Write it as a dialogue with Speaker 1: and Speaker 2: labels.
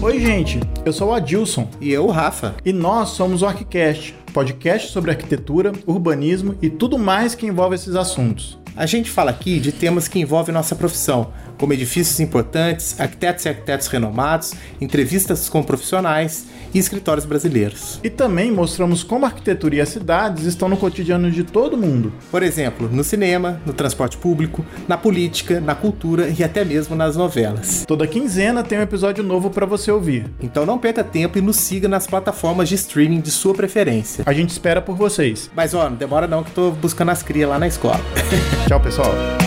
Speaker 1: Oi, gente. Eu sou o Adilson
Speaker 2: E eu, o Rafa.
Speaker 1: e nós somos o ArchiCast, podcast sobre arquitetura, urbanismo e tudo mais que envolve esses assuntos.
Speaker 2: A gente fala aqui de temas que envolvem nossa profissão, como edifícios importantes, arquitetos e arquitetos renomados, entrevistas com profissionais e escritórios brasileiros.
Speaker 1: E também mostramos como a arquitetura e as cidades estão no cotidiano de todo mundo.
Speaker 2: Por exemplo, no cinema, no transporte público, na política, na cultura e até mesmo nas novelas.
Speaker 1: Toda quinzena tem um episódio novo para você ouvir.
Speaker 2: Então não perca tempo e nos siga nas plataformas de streaming de sua preferência.
Speaker 1: A gente espera por vocês.
Speaker 2: Mas ó, não demora não que eu tô buscando as crias lá na escola.
Speaker 1: Tchau, pessoal.